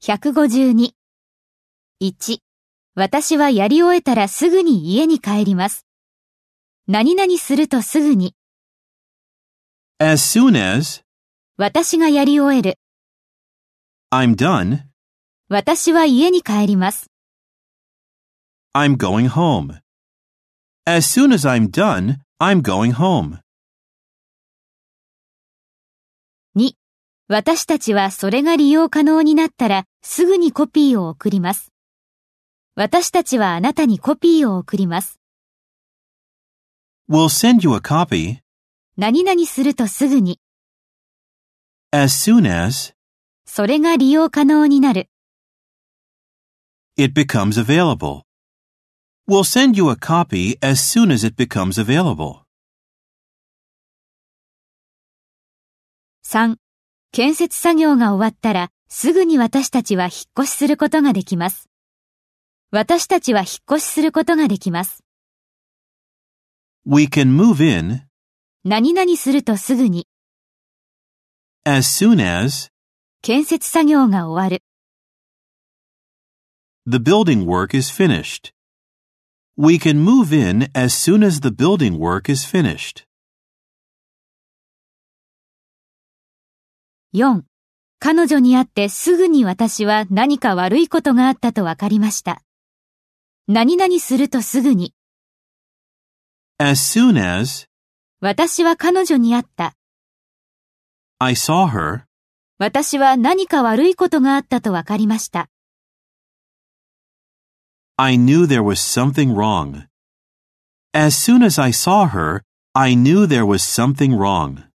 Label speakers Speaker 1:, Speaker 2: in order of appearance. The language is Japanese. Speaker 1: 152。1. 私はやり終えたらすぐに家に帰ります。何々するとすぐに、
Speaker 2: As soon as
Speaker 1: 私がやり終える。
Speaker 2: I'm done,
Speaker 1: 私は家に帰ります。
Speaker 2: I'm going home. As soon as I'm done, I'm going home.
Speaker 1: 私たちはそれが利用可能になったらすぐにコピーを送ります。私たちはあなたにコピーを送ります。
Speaker 2: We'll send you a copy
Speaker 1: 何々するとすぐに、
Speaker 2: as soon as
Speaker 1: それが利用可能になる。
Speaker 2: it becomes available. We'll send you a copy as soon as it becomes available.
Speaker 1: 3. 建設作業が終わったら、すぐに私たちは引っ越しすることができます。私たちは引っ越しすることができます。
Speaker 2: We can move in
Speaker 1: 何々するとすぐに、
Speaker 2: as soon as
Speaker 1: 建設作業が終わる。
Speaker 2: the building work is finished. We can move in as soon as the building work is finished.
Speaker 1: 4. 彼女に会ってすぐに私は何か悪いことがあったとわかりました。何々するとすぐに、
Speaker 2: As soon as
Speaker 1: 私は彼女に会った。
Speaker 2: I saw her,
Speaker 1: 私は何か悪いことがあったとわかりました。
Speaker 2: I knew there was something wrong. As soon as I saw her, I knew there was something wrong.